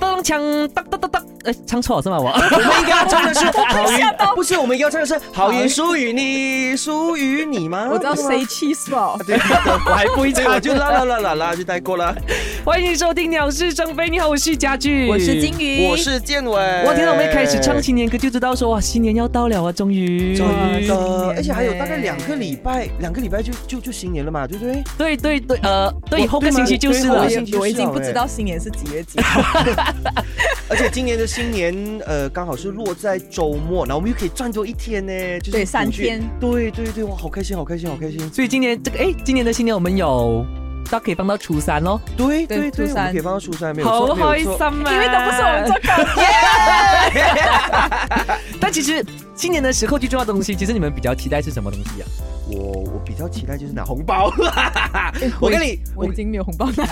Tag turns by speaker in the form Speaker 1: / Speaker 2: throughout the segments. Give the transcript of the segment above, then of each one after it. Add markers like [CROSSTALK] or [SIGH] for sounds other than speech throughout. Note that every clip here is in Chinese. Speaker 1: 哒隆锵，哒哒哒哒。哎，唱错了是吗？我
Speaker 2: [LAUGHS] 我们应该要唱的是好运，不是我们应该要唱的是好运属于你，属于你吗？
Speaker 3: 我知道 say cheese ball，
Speaker 2: [LAUGHS] 对吗，对我还不会唱，我就啦啦啦啦啦就带过了。
Speaker 1: 欢迎收听《鸟是生非》，你好，我是家具，
Speaker 3: 我是金。鱼，
Speaker 2: 我是建伟，
Speaker 1: 我听到我们一开始唱新年歌，就知道说哇，新年要到了啊，终于。
Speaker 2: 真
Speaker 1: 哇
Speaker 2: 的，哎而且还有大概两个礼拜，两个礼拜就就就新年了嘛，对不对？
Speaker 1: 对对对，呃，对，
Speaker 2: 我
Speaker 1: 后个星期就是
Speaker 2: 对
Speaker 1: 了
Speaker 2: 吗
Speaker 3: 我。
Speaker 2: 对
Speaker 3: 也
Speaker 2: 星期四
Speaker 3: 我已经
Speaker 2: 了
Speaker 3: 不
Speaker 2: 欸
Speaker 3: 知道新年是几月几
Speaker 2: [LAUGHS]
Speaker 3: 号。
Speaker 2: 而且今年的新年，呃，刚好是落在周末，然后我们又可以赚多一天呢，就是
Speaker 3: 对三
Speaker 2: 回去
Speaker 3: 天
Speaker 2: 对对对，哇，好开心，好开心，好开心。
Speaker 1: 所以今年这个，哎，今年的新年我们有到可以放到初三咯，
Speaker 2: 对
Speaker 3: 对
Speaker 2: 对对，
Speaker 3: 初
Speaker 2: 我
Speaker 3: 三
Speaker 2: 们可以放到初三，没有
Speaker 1: 好
Speaker 2: 错，没
Speaker 1: 开
Speaker 2: 有
Speaker 1: 心
Speaker 2: 错。
Speaker 1: 啊！
Speaker 3: 因为都不是我们做狗，
Speaker 1: 但其实新年的时候最重要的东西，其实你们比较期待是什么东西啊？
Speaker 2: 我我比较期待就是拿红包， [LAUGHS] 我跟你，
Speaker 3: 哎我已经没有红包拿。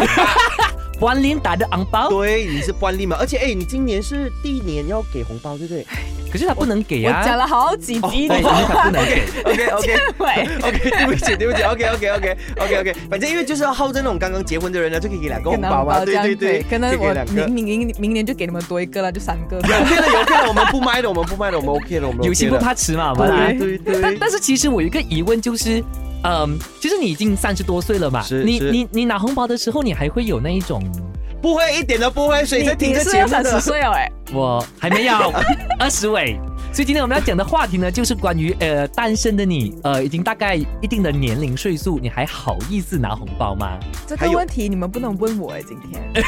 Speaker 1: 玩脸打的昂包，
Speaker 2: 对，你是惯例嘛，而且哎、你今年是第一年要给红包，
Speaker 3: [LAUGHS]
Speaker 2: 对不对
Speaker 1: 可是他不能给
Speaker 3: 我讲
Speaker 1: 啊。
Speaker 3: 了好几集，
Speaker 1: 对，
Speaker 3: 你
Speaker 1: 因为他不能给。
Speaker 2: ？OK OK
Speaker 3: 对，
Speaker 2: OK，对不起对不起，OK OK OK OK OK，反正因为就是要号召那种刚刚结婚的人呢，就可以给两个
Speaker 3: 可
Speaker 2: 红
Speaker 3: 能
Speaker 2: 包
Speaker 3: 红
Speaker 2: 嘛，
Speaker 3: 包这
Speaker 2: 对
Speaker 3: 样
Speaker 2: 对
Speaker 3: 对，
Speaker 2: 对，
Speaker 3: 可能
Speaker 2: 就
Speaker 3: 我
Speaker 2: 给两个。
Speaker 3: 明明明明年就给你们多一个了，就三
Speaker 2: [LAUGHS]
Speaker 3: 个。
Speaker 2: 有骗了有骗了，我们不卖了，我们不卖了，我们 OK 了，我们 OK 了
Speaker 1: 有心不。怕迟嘛，我们啊
Speaker 2: 对对
Speaker 1: 但
Speaker 2: 对，
Speaker 1: 但是其实我有一个疑问就是，嗯，其实你已经三十多岁了嘛，
Speaker 2: 是
Speaker 1: 你
Speaker 2: 是
Speaker 1: 你你拿红包的时候，你还会有那一种
Speaker 2: 不会一点都不会，所以
Speaker 3: 你
Speaker 2: 在听
Speaker 3: 你
Speaker 2: 这
Speaker 3: [LAUGHS] 是
Speaker 2: 节
Speaker 3: 要
Speaker 2: 目
Speaker 3: 三十
Speaker 2: 的。
Speaker 3: 岁了哎，
Speaker 1: 我还没有 [LAUGHS] 二十尾。所以今天我们要讲的话题呢，就是关于呃单身的你，呃已经大概一定的年龄岁数，你还好意思拿红包吗？
Speaker 3: 这
Speaker 2: 还
Speaker 3: 个
Speaker 2: 有
Speaker 3: 问题你们不能问我哎，今天，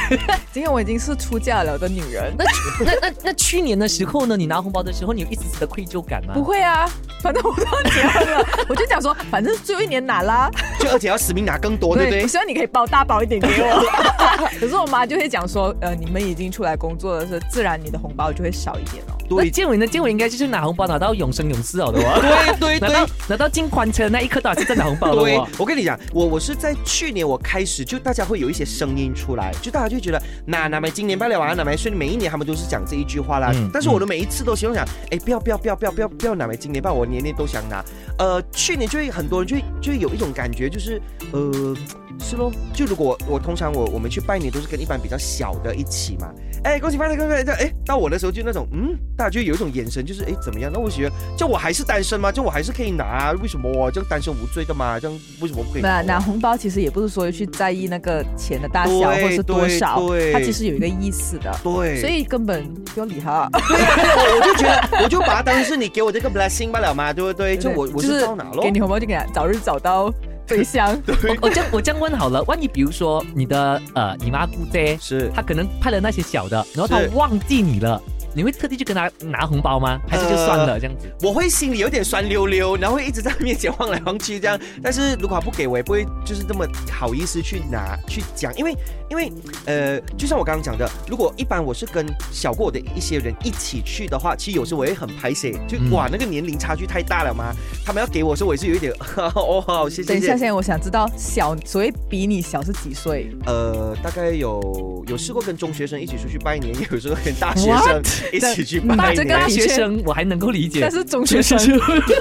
Speaker 3: 今天我已经是出嫁了的女人，
Speaker 1: 那那那去年的时候呢，你拿红包的时候，你有一丝丝的愧疚感吗？
Speaker 3: 不会啊，反正我都要结婚
Speaker 2: [LAUGHS]
Speaker 3: 了，我就讲说，反正最后一年拿啦。
Speaker 2: 就而且要死命拿更哦多，对不对
Speaker 3: 我？希望你可以包大包一点给
Speaker 2: [LAUGHS]
Speaker 3: 我。可是我妈就会讲说，呃，你们已经出来工作了，是自然你的红包就会少一点哦。
Speaker 1: 那建伟呢？建伟应该就是拿红包拿到永生永世了的 [LAUGHS] 哦。
Speaker 2: 对对
Speaker 1: 拿
Speaker 2: 对
Speaker 1: 到。拿到进宽车那一刻，都还是在拿红包的
Speaker 2: 对
Speaker 1: 哦。，
Speaker 2: 我跟你讲，我我是在去年我开始就大家会有一些声音出来，就大家就觉得那那么今年拜了完，那么所以每一年他们都是讲这一句话啦。
Speaker 1: 嗯
Speaker 2: 但是我的每一次都希望讲，哎，不要不要不要不要不要不要拿来今年拜，我年年都想拿。呃，去年就会很多人就会就会有一种感觉，就是呃。是咯，就如果我通常我我们去拜年都是跟一般比较小的一起嘛，哎，恭喜发财，恭喜发财！哎，到我的时候就那种，嗯，大家就有一种眼神，就是哎怎么样？那我觉得，这我还是单身吗？这我还是可以拿，为什么我这样单身无罪的嘛？这样为什么不可以
Speaker 3: 那
Speaker 2: 拿？
Speaker 3: 拿红包其实也不是说去在意那个钱的大小或
Speaker 2: 对
Speaker 3: 者是多少
Speaker 2: 对，对
Speaker 3: 它其实有一个意思的，
Speaker 2: 对，嗯
Speaker 3: 所以根本不要理他。
Speaker 2: 我我就觉得， [LAUGHS] 我就把它当是你给我这个 blessing 罢了嘛，对不对？就我我
Speaker 3: 就是
Speaker 2: 照拿咯
Speaker 3: 给。你红包就给他早日找到对
Speaker 2: [LAUGHS]
Speaker 3: 象。
Speaker 1: 我我这样我这样问好了，万一比如说你的呃姨妈姑爹，
Speaker 2: 是
Speaker 1: 她可能派了那些小的，然后她
Speaker 2: 是
Speaker 1: 忘记你了，你会特地去跟她拿红包吗？还是就算了、这样子？
Speaker 2: 我会心里有点酸溜溜，然后会一直在面前晃来晃去这样。但是如果他不给我，也不会就是这么好意思去拿去讲，因为因为呃，就像我刚刚讲的，如果一般我是跟小过我的一些人一起去的话，其实有时候我也很排斥，就、
Speaker 1: 嗯
Speaker 2: 哇那个年龄差距太大了嘛。他们要给我的时候，我也是有一点 [LAUGHS] 哦，好谢
Speaker 3: 等
Speaker 2: 谢
Speaker 3: 一下，
Speaker 2: 谢
Speaker 3: 现
Speaker 2: 谢。
Speaker 3: 在我想知道小，所谓比你小是几岁？
Speaker 2: 呃，大概有有试过跟中学生一起出去拜年，也有时候跟大学
Speaker 1: What？
Speaker 2: 生一起去
Speaker 3: 这
Speaker 2: 拜
Speaker 3: 这
Speaker 2: 年。
Speaker 3: 个
Speaker 1: 大
Speaker 3: 的
Speaker 1: 学
Speaker 3: 确
Speaker 1: 生我还能够理解，
Speaker 3: 但是中学
Speaker 2: [LAUGHS]
Speaker 3: 生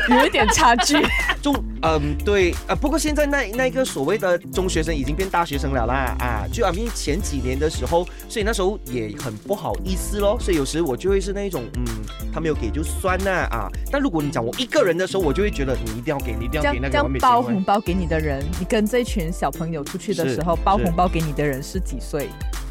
Speaker 3: 有一点差距。
Speaker 2: 中嗯对啊、不过现在那那一个所谓的中学生已经变大学生了啦啊，就啊因为前几年的时候，所以那时候也很不好意思咯，所以有时我就会是那一种嗯，他没有给就酸呐啊但如果你讲我一个人的时候，我就会觉得你一定要给，你一定
Speaker 3: 这
Speaker 2: 要给那
Speaker 3: 样这
Speaker 2: 个完
Speaker 3: 样
Speaker 2: 美机
Speaker 3: 包
Speaker 2: 会
Speaker 3: 红。包给你的人，你跟这群小朋友出去的时候，
Speaker 2: 是
Speaker 3: 包红包给你的人是几岁？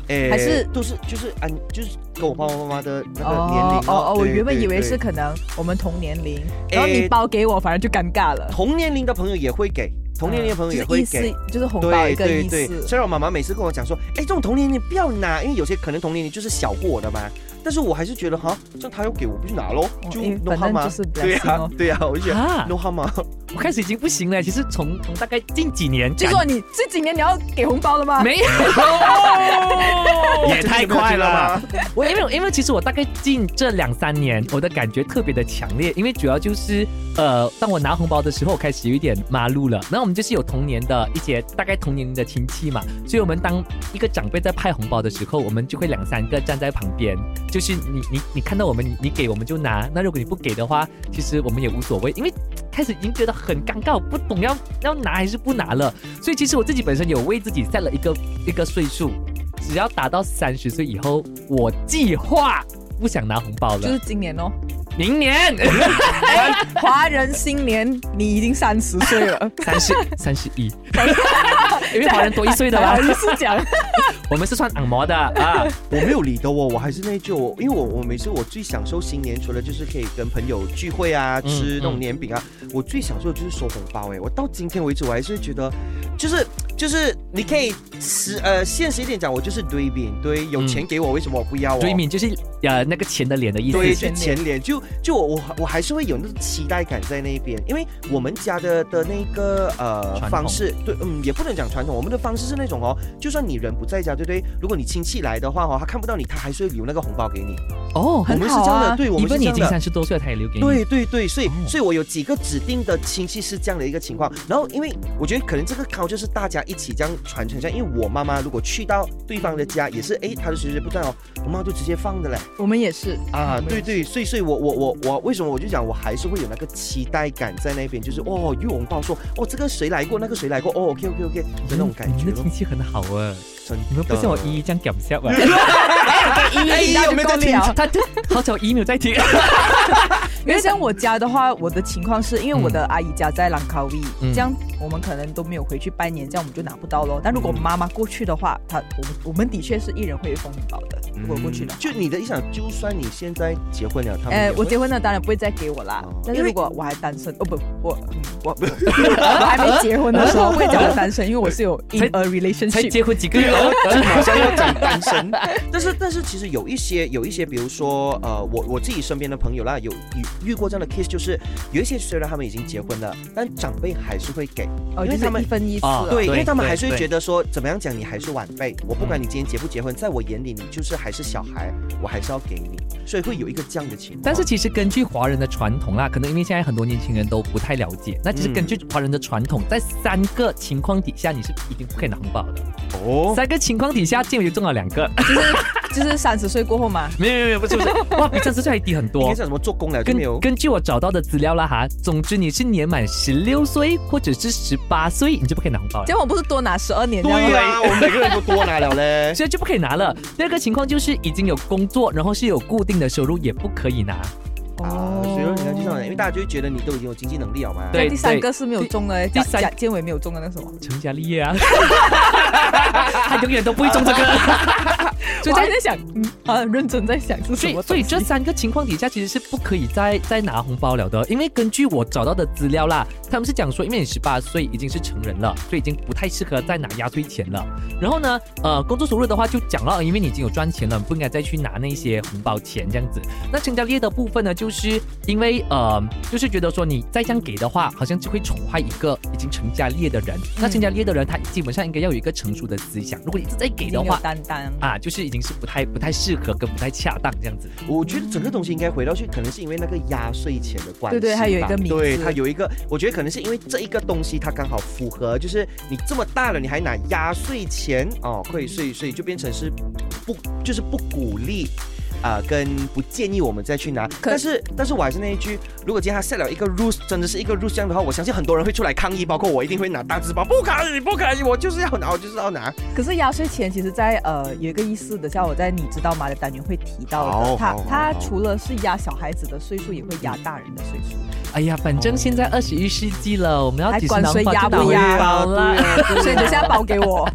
Speaker 2: 哎
Speaker 3: 还是
Speaker 2: 都是就是按就是跟我爸爸妈妈的那个年龄啊
Speaker 3: 哦哦哦，我
Speaker 2: 对
Speaker 3: 原本
Speaker 2: 对
Speaker 3: 以为
Speaker 2: 对
Speaker 3: 是可能我们同年龄，
Speaker 2: 哎
Speaker 3: 然后你包给我，反而就尴尬了。
Speaker 2: 同年龄的朋友也会给，同年龄的朋友也
Speaker 3: 嗯
Speaker 2: 会
Speaker 3: 就是
Speaker 2: 给
Speaker 3: 意。思就是红包
Speaker 2: 对
Speaker 3: 一个
Speaker 2: 对
Speaker 3: 意
Speaker 2: 对，
Speaker 3: 思。哦
Speaker 2: 虽然我妈妈每次跟我讲说，哎，这种同年龄不要拿，因为有些可能同年龄就是小过我的嘛，但是我还是觉得哈，这样他要给我，不去拿喽，就
Speaker 3: 哦因为
Speaker 2: no
Speaker 3: 反正
Speaker 2: harm 啊
Speaker 3: 就是
Speaker 2: 对
Speaker 3: blessing
Speaker 2: 啊
Speaker 3: 哦，
Speaker 2: 对啊，我就觉得
Speaker 1: 啊
Speaker 3: [LAUGHS]
Speaker 2: no harm 啊，
Speaker 1: 我开始已经不行了。其实从从大概近几年，
Speaker 3: 就说你这几年你要给红包了吗？
Speaker 1: 没有， [LAUGHS] 也太快了吧！我因为因为其实我大概近这两三年，我的感觉特别的强烈，因为主要就是呃，当我拿红包的时候，我开始有一点麻路了。然后我们就是有同年的一些大概同年龄的亲戚嘛，所以我们当一个长辈在派红包的时候，我们就会两三个站在旁边，就是你你你看到我们，你你给我们就拿，那如果你不给的话，其实我们也无所谓，因为开始已经觉得很尴尬，我不懂要要拿还是不拿了。所以其实我自己本身有为自己 set 了一个一个岁数，只要达到三十岁以后，我计划不想拿红包了。
Speaker 3: 就是今年哦，
Speaker 1: 明年
Speaker 3: 华人新年你已经三十岁
Speaker 2: [LAUGHS]
Speaker 3: 了，
Speaker 1: 三十三十一，因为华人多一岁的
Speaker 3: 不
Speaker 1: 嘛
Speaker 2: 啊
Speaker 3: 好，啊意思讲，
Speaker 1: 我们是算昂摩的
Speaker 2: [LAUGHS]
Speaker 1: 啊。
Speaker 2: [LAUGHS] 我没有理的哦我，我还是那句我，因为我我每次我最享受新年，除了就是可以跟朋友聚会啊，
Speaker 1: 嗯
Speaker 2: 吃那种年饼啊，我最享受的就是收红包哎、我到今天为止，我还是觉得，就是就是你可以实呃现实一点讲，我就是对饼对，
Speaker 1: 嗯
Speaker 2: 有钱给我、为什么我不要哦？
Speaker 1: 追敏就是呃那个钱的脸的意思。
Speaker 2: 对，
Speaker 3: 前
Speaker 2: 就
Speaker 3: 脸
Speaker 2: 前脸，就就我我我还是会有那种期待感在那边，因为我们家的的那个呃
Speaker 1: 传统
Speaker 2: 方式，对，嗯，也不能讲传统，我们的方式是那种哦，就算你人不在家，对不对？如果你亲戚来的话哦，他看不到你，他还是会留那个红包给你。
Speaker 1: 哦，
Speaker 2: [LAUGHS] 我
Speaker 3: 很
Speaker 2: 们是
Speaker 3: 好
Speaker 2: 这样的，
Speaker 3: 啊
Speaker 2: 对，我
Speaker 1: 一
Speaker 2: 们是
Speaker 1: 般你
Speaker 2: 这
Speaker 1: 已
Speaker 2: 样
Speaker 1: 经
Speaker 2: 的。
Speaker 1: 三十多岁了，他也留给你。
Speaker 2: 对对对，所以、
Speaker 1: 哦
Speaker 2: 所以我有几个指定的亲戚是这样的一个情况，然后因为我觉得可能这个 c 就是大家一起这样传承下来，因为我妈妈如果去到对方的家，也是哎，她的谁谁不在哦，我妈就直接放的嘞。
Speaker 3: 我们也是
Speaker 2: 啊，对对，所以所以我我我我为什么我就讲我还是会有那个期待感在那边，就是哦，有红包说哦这个谁来过，那个谁来过，哦 OK OK OK 的那种感
Speaker 1: 你
Speaker 2: 觉
Speaker 1: 们的
Speaker 2: 咯
Speaker 1: 亲，戚很好啊，
Speaker 2: 真的。
Speaker 1: 你们不像我一一这样搞笑吧？
Speaker 2: [LAUGHS] 啊哎
Speaker 3: 一
Speaker 2: 有没有在听？
Speaker 1: [LAUGHS] 他好巧一没有在
Speaker 2: [LAUGHS]
Speaker 1: 听。
Speaker 3: 因为像我家的话，我的情况是因为我
Speaker 2: 嗯
Speaker 3: 的阿姨家在兰卡威，
Speaker 1: 嗯
Speaker 3: 这样我们可能都没有回去拜年，这样我们就拿不到咯。但如果我妈妈过去的话，她我们我们的确是一人会有一封红包的。如果过去的话，
Speaker 2: 就你的意想，就算你现在结婚了，他们
Speaker 3: 哎、
Speaker 2: 也
Speaker 3: 我
Speaker 2: 会
Speaker 3: 结婚了，当然不会再给我啦
Speaker 2: 哦。
Speaker 3: 但是
Speaker 2: 因为
Speaker 3: 如果我还单身，哦不，我嗯我
Speaker 2: [LAUGHS]
Speaker 3: 我还没结婚的时候不会讲我单身，因为我是
Speaker 2: [LAUGHS]
Speaker 3: 有 in a
Speaker 1: 才
Speaker 3: relationship。
Speaker 1: 结婚几个月哦，
Speaker 2: 马上要讲单身，但是但是其实有一些有一些，比如说呃，我我自己身边的朋友啦，有遇遇过这样的 case，就是有一些虽然他们已经结婚了，但长辈还是会给，
Speaker 3: 哦，
Speaker 2: 因
Speaker 3: 就
Speaker 2: 为他
Speaker 3: 是
Speaker 2: 们
Speaker 3: 一分一次
Speaker 1: 啊
Speaker 3: 了。
Speaker 2: 对，因为
Speaker 1: 对
Speaker 2: 他们
Speaker 1: 对
Speaker 2: 还是会
Speaker 1: 对
Speaker 2: 觉得说，怎么样讲你还是晚辈，我不管你今天结不结婚，在我眼里你就是还是小孩，我还是要给你，所以会有一个这样的情况。
Speaker 1: [LAUGHS] 但是其实根据华人的传统啦，可能因为现在很多年轻人都不太了解，那其实根据华人的传统，在三个情况底下你是已经不可以拿红包的。
Speaker 2: 哦，
Speaker 1: 三个情况底下，建伟就中了两个，
Speaker 2: 啊
Speaker 3: 就是三十岁过后嘛，
Speaker 1: 没有没有没有，不是
Speaker 2: [LAUGHS]
Speaker 1: 不是，哇，比三十岁还低很
Speaker 2: 应
Speaker 1: 多
Speaker 2: 该。叫什么做工了就
Speaker 1: 根
Speaker 2: 没有？
Speaker 1: 根据我找到的资料啦哈，总之你是年满十六岁或者是十八岁，你就不可以拿红包了
Speaker 3: 这。样我不是多拿十二年这样吗？
Speaker 2: 对啊呀、我们每个人都多拿了 [LAUGHS] 嘞。
Speaker 1: 所以就不可以拿了。第二个情况就是已经有工作，然后是有固定的收入，也不可以拿。 [LAUGHS]
Speaker 2: 啊，所以说你看就这样的，因为大家就会觉得你都已经有经济能力了嘛。
Speaker 1: 对
Speaker 3: 第三个是没有中的，
Speaker 1: 第
Speaker 3: 贾
Speaker 1: 三
Speaker 3: 贾建伟没有中的那个什么。
Speaker 1: 成家立业
Speaker 2: [LAUGHS]
Speaker 1: 啊， [LAUGHS] 他永远都不会中这个。
Speaker 3: 所以他在想，嗯啊，认真在想是
Speaker 1: 所
Speaker 3: 什
Speaker 1: 以
Speaker 3: 么东西。
Speaker 1: 所以这三个情况底下其实是不可以再再拿红包了的，因为根据我找到的资料啦，他们是讲说，因为你十八岁已经是成人了，所以已经不太适合再拿压岁钱了。然后呢，呃，工作收入的话就讲了，因为你已经有赚钱了，你不应该再去拿那些红包钱这样子。那
Speaker 3: 嗯
Speaker 1: 成家立业的部分呢，就是因为呃，就是觉得说你再这样给的话，好像就会宠坏一个已经成家立业的人。那成家立业的人，他基本上应该要有一个成熟的思想，如果你一直在给
Speaker 3: 已
Speaker 1: 的
Speaker 3: 经有
Speaker 1: 话。
Speaker 3: 担当，
Speaker 1: 啊，就是已经是不太不太适合跟不太恰当这样子。
Speaker 2: 我觉得整个东西应该回到去，可能是因为那个压岁钱的关系
Speaker 3: 对
Speaker 2: 吧。
Speaker 3: 对它有一个名字
Speaker 2: 对，它有一个，我觉得可能是因为这一个东西它刚好符合，就是你这么大了你还拿压岁钱哦，可以，所以所以就变成是不就是不鼓励。啊、跟不建议我们再去拿，但是但是我还是那一句，如果今天他 set 了一个 rules，真的是一个 rules 这样的话，我相信很多人会出来抗议，包括我一定会拿大字报，不可以，不可以，我就是要拿，我就是要拿。
Speaker 3: 可是压岁钱其实在，呃有一个意思的，像我在你知道吗的单元会提到
Speaker 2: 好
Speaker 3: 的，它
Speaker 2: 好好
Speaker 3: 它
Speaker 2: 好
Speaker 3: 除了是压小孩子的岁数，也会压大人的岁数。
Speaker 1: 哎呀，反正现在二十一世纪了，我们要
Speaker 3: 还
Speaker 1: 几时
Speaker 3: 管
Speaker 1: 拿
Speaker 3: 谁
Speaker 1: 包
Speaker 3: 压
Speaker 1: 就
Speaker 3: 不
Speaker 1: 拿回
Speaker 3: 压
Speaker 1: 包
Speaker 2: 啊
Speaker 1: 啊啦。
Speaker 3: 所以等下包给我，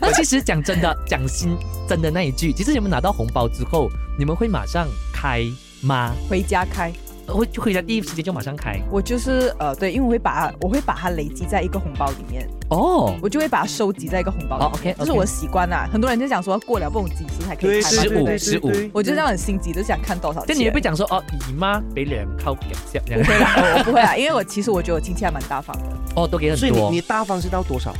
Speaker 1: 那其实讲真的，讲心真的那一句，其实你们拿到红包之后，你们会马上开吗？
Speaker 3: 回家开。
Speaker 1: 会就回家第一时间就马上开
Speaker 3: 我就是呃，对，因为我会把它，我会把它累积在一个红包里面，
Speaker 1: 哦。
Speaker 3: 我就会把它收集在一个红包里
Speaker 1: 哦
Speaker 3: 面。
Speaker 1: ，OK，
Speaker 3: 这是我的习惯啦。很多人就讲说过了不懂几十才可以
Speaker 2: 哎对，
Speaker 3: 开
Speaker 1: 对
Speaker 3: 嘛，
Speaker 1: 十
Speaker 3: 对
Speaker 1: 五
Speaker 3: 不对
Speaker 1: 十五
Speaker 3: 我就这样很心急，就想看多少钱。
Speaker 1: 但你也
Speaker 3: [LAUGHS]
Speaker 1: 被讲说哦，姨妈俾粮靠两下这
Speaker 3: 不
Speaker 1: 样，
Speaker 3: 会啦，我我不会啊啦，因为我其实我觉得我亲戚还蛮大方的，
Speaker 1: [LAUGHS] 哦，都给
Speaker 2: 所
Speaker 1: 很
Speaker 2: 以你
Speaker 1: 多
Speaker 2: 你。大方是到多少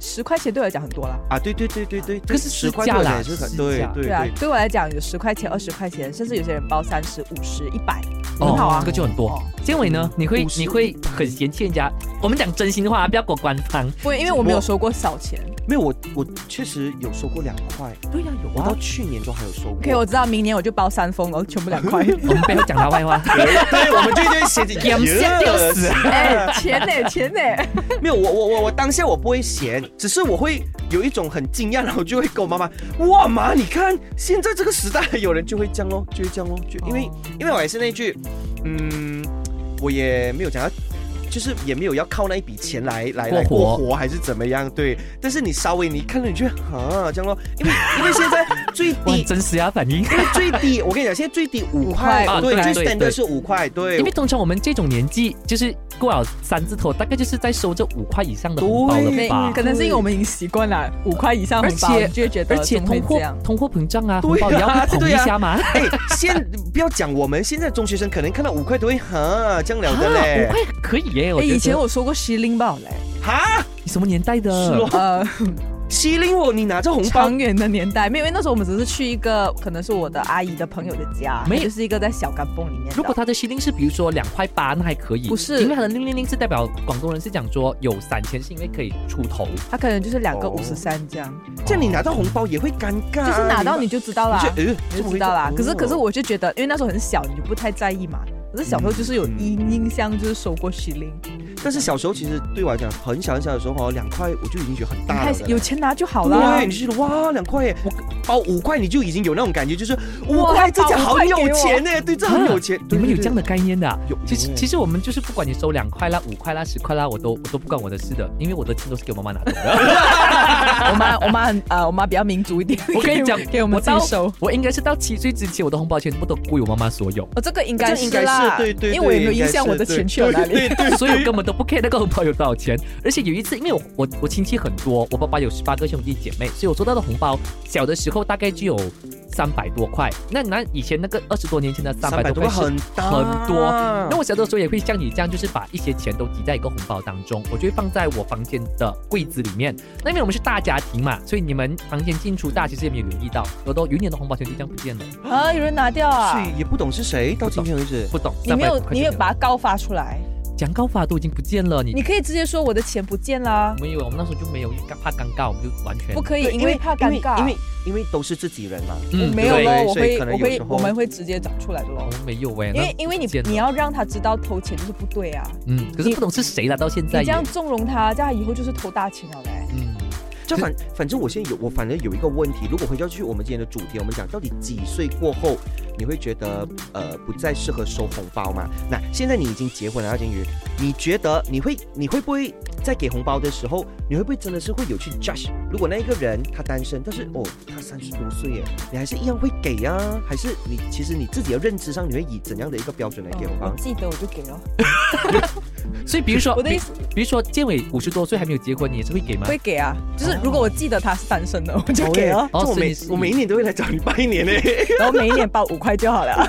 Speaker 3: 十块钱对我来讲很多啦。
Speaker 2: 啊？对对对对对，
Speaker 1: 可是
Speaker 2: 十
Speaker 1: 市
Speaker 2: 块
Speaker 1: 价
Speaker 2: 多
Speaker 1: 啦
Speaker 2: 也是很
Speaker 1: 市
Speaker 2: 对
Speaker 1: 价
Speaker 2: 对
Speaker 3: 对啊
Speaker 2: 对，，
Speaker 3: 对我来讲有十块钱、二十块钱，甚至有些人包三十、五十、一百，
Speaker 1: 哦
Speaker 3: 很好啊。
Speaker 1: 这个就很多
Speaker 3: 哦
Speaker 1: 建伟呢？你会
Speaker 2: 50
Speaker 1: 你会很嫌弃人家？我们讲真心话，不要管官方。
Speaker 3: 不会，因为我没有收过少钱。
Speaker 2: 没有我我确实有收过两块，
Speaker 1: 对呀，有啊
Speaker 2: 我到。去年都还有收过。
Speaker 3: OK，我知
Speaker 2: [LAUGHS]
Speaker 3: 道明年我就包三封，然后全部两块。
Speaker 1: [LAUGHS] 我们不要讲他坏 [LAUGHS] 话。
Speaker 2: 对，我们就对写着
Speaker 1: 眼下吊死
Speaker 3: 哎，钱呢？钱呢？
Speaker 2: [LAUGHS] 没有，我我我我当下我不会嫌，只是我会有一种很惊讶，然后就会跟我妈妈，哇妈，你看现在这个时代有人就会这样咯，就会这样咯，就因为、
Speaker 1: 哦
Speaker 2: 因为我也是那句，嗯，我也没有讲要。就是嗯也没有要靠那一笔钱来来
Speaker 1: 过
Speaker 2: 来
Speaker 1: 活
Speaker 2: 过活还是怎么样，对。但是你稍微你看了你就啊这样咯，因为因为现在最
Speaker 1: [LAUGHS] 我很
Speaker 2: 低
Speaker 1: 真实啊，反应。
Speaker 2: 因为最低，我跟你讲，现在最低五
Speaker 3: 五
Speaker 2: 块
Speaker 3: 块，
Speaker 1: 啊
Speaker 2: 对，
Speaker 1: 对
Speaker 2: 最
Speaker 1: 对
Speaker 2: standard
Speaker 1: 对
Speaker 2: 是五块，对
Speaker 1: 因为。通常我们这种年纪，就是过了三字头，大概就是在收这五块以上的红包了
Speaker 2: 对
Speaker 1: 吧
Speaker 3: 可。能是因为我们已经习惯了五块以上红包，
Speaker 1: 而且
Speaker 3: 你就会觉得
Speaker 1: 而且
Speaker 3: 怎么会
Speaker 1: 通
Speaker 3: 这
Speaker 1: 货
Speaker 3: 样。
Speaker 1: 通货膨胀啊，红
Speaker 2: 对啊
Speaker 1: 包也要捧
Speaker 2: 对
Speaker 1: 一
Speaker 2: 啊
Speaker 1: 下嘛。
Speaker 2: 哎，先不要讲，我们现在中学生可能看到五块都会哈这样了的
Speaker 1: 啊
Speaker 2: 嘞
Speaker 1: 五。块可以耶，我
Speaker 3: 哎，
Speaker 1: 觉得。
Speaker 3: 以前我收过十零吧，嘞，
Speaker 2: 哈，
Speaker 1: 你什么年代的？
Speaker 2: 是咯，
Speaker 3: 呃，
Speaker 2: 西林我你拿着红包
Speaker 3: 长远的年代，没有，因为那时候我们只是去一个可能是我的阿姨的朋友的家，
Speaker 1: 没有
Speaker 3: 就是一个在小干泵里面的。
Speaker 1: 如果他的西令是比如说两块八，那还可以。
Speaker 3: 不是
Speaker 1: 因为他的零零零是代表广东人是讲说有散钱是因为可以出头。
Speaker 3: 他可能就是两个
Speaker 2: 哦
Speaker 3: 五十三这样，
Speaker 2: 这样你拿到红包也会尴尬啊，
Speaker 3: 就是拿到你就知道啦，
Speaker 2: 你就呃，
Speaker 3: 你
Speaker 2: 这么
Speaker 3: 就
Speaker 2: 会
Speaker 3: 知道啦
Speaker 2: 哦。
Speaker 3: 可是可是我就觉得，因为那时候很小，你就不太在意嘛。可是小时候就是有
Speaker 2: 嗯
Speaker 3: 印印象，就是收过喜零，
Speaker 2: 但是小时候其实对我来讲，很小很小的时候哦，两块我就已经觉得很
Speaker 3: 你
Speaker 2: 大
Speaker 3: 开
Speaker 2: 了
Speaker 3: 始
Speaker 2: 的嘞。
Speaker 3: 有钱拿就好啦
Speaker 2: 对，。你就觉得哇，两块耶，我包五块你就已经有那种感觉，就是哇，
Speaker 3: 他
Speaker 2: 这家
Speaker 3: 包五
Speaker 2: 好
Speaker 3: 块
Speaker 2: 有
Speaker 3: 给我
Speaker 2: 钱呢，对，这很 [LAUGHS] 有钱。
Speaker 1: 啊你
Speaker 2: 对
Speaker 1: 们有这样？的
Speaker 2: 对
Speaker 1: 概念的、啊？
Speaker 2: 对有，嗯
Speaker 1: 其实其实我们就是不管你收两块啦、五块啦、十块啦，我都我都不关我的事的，因为我的钱都是给我妈妈拿的。
Speaker 3: 我妈我妈很呃，我妈比较民主一点，，
Speaker 1: [LAUGHS] 我跟你讲
Speaker 3: 给我们自
Speaker 1: 到
Speaker 3: 己收。
Speaker 1: 我应该是到七岁之前，我的红包全部都归我妈妈所
Speaker 3: [LAUGHS]
Speaker 1: 有，
Speaker 3: 哦，这个应
Speaker 2: 这
Speaker 3: 该
Speaker 2: 应
Speaker 3: 是
Speaker 2: 该
Speaker 3: 啦，
Speaker 2: 是对对，
Speaker 3: 因为我也没有
Speaker 2: 对应
Speaker 3: 印
Speaker 2: 该
Speaker 3: 象
Speaker 2: 是
Speaker 3: 我的
Speaker 2: 对
Speaker 3: 钱去了哪
Speaker 2: 对对
Speaker 3: 里。
Speaker 2: 对对
Speaker 1: 所以我根本都不 care 那个红包有多少钱。而且有一次，因为我我我亲戚很多，我爸爸有十八个兄弟姐妹，所以我收到的红包小的时候大概就有三百多块。那那以前那个二十多年前的三
Speaker 2: 三
Speaker 1: 百
Speaker 2: 百
Speaker 1: 多
Speaker 2: 多
Speaker 1: 块
Speaker 2: 块
Speaker 1: 是
Speaker 2: 很大
Speaker 1: 很多那我小的时候也会像你这样，就是把一些钱都挤在一个红包当中，我就会放在我房间的柜子里面。那因为我们是大家庭嘛，所以你们房间进出大，其实也没有留意到，有的有一年的红包钱就这样不见了，
Speaker 3: 啊，有人拿掉
Speaker 2: 所
Speaker 3: 啊！
Speaker 2: 以也不懂是谁，到今天为止。
Speaker 1: 不懂。
Speaker 3: 你没有
Speaker 1: 300块钱
Speaker 3: 你没有
Speaker 1: 了
Speaker 3: 把它告发出来，
Speaker 1: 讲高法都已经不见了，你
Speaker 3: 你可以直接说我的钱不见啦
Speaker 1: 我，们以为我们那时候就没有尴怕尴尬，我们就完全
Speaker 3: 不可以，
Speaker 2: 对
Speaker 3: 因为怕尴尬，
Speaker 2: 因为因为因为都是自己人嘛。
Speaker 1: 嗯
Speaker 3: 没有
Speaker 1: 对
Speaker 3: 咯，
Speaker 2: 对
Speaker 3: 我
Speaker 2: 所以
Speaker 3: 会
Speaker 2: 可能
Speaker 3: 我
Speaker 2: 有
Speaker 3: 会
Speaker 2: 时候
Speaker 3: 我们会直接讲出来的咯
Speaker 1: 我。们没有哎、
Speaker 3: 因
Speaker 1: 那
Speaker 3: 为因为你
Speaker 1: 不见了
Speaker 3: 你要让他知道偷钱就是不对啊，
Speaker 1: 嗯，可是不懂是谁了，到现
Speaker 3: 你
Speaker 1: 在
Speaker 3: 这
Speaker 1: 也
Speaker 3: 样纵容他，这样以后就是偷大钱了嘞。
Speaker 1: 嗯，
Speaker 2: 就反反正我现在有我反正有一个问题，如果回到去我们今天的主题，我们讲到底几岁过后你会觉得呃不再适合收红包嘛？那现在你已经结婚了，阿金鱼，你觉得你会你会不会在给红包的时候，你会不会真的是会有去 judge？如果那一个人他单身，但是哦他三十多岁耶，你还是一样会给呀、啊？还是你其实你自己的认知上，你会以怎样的一个标准来给红
Speaker 3: 嗯
Speaker 2: 包
Speaker 3: 我？记得我就给了，
Speaker 1: 所以比如说
Speaker 3: 我的
Speaker 1: 比
Speaker 3: 意思
Speaker 1: 比如说建伟五十多岁还没有结婚，你也是会给吗？
Speaker 3: 会给啊，就是如果我记得他是单身的，我就给啊了，
Speaker 1: 哦
Speaker 2: 这
Speaker 1: 所
Speaker 2: 我
Speaker 1: 以
Speaker 2: 每
Speaker 1: 你是
Speaker 2: 我每一年都会来找你拜年呢。
Speaker 3: 然后每一年包五块就
Speaker 2: [LAUGHS]
Speaker 3: 好
Speaker 2: 啊
Speaker 3: 了。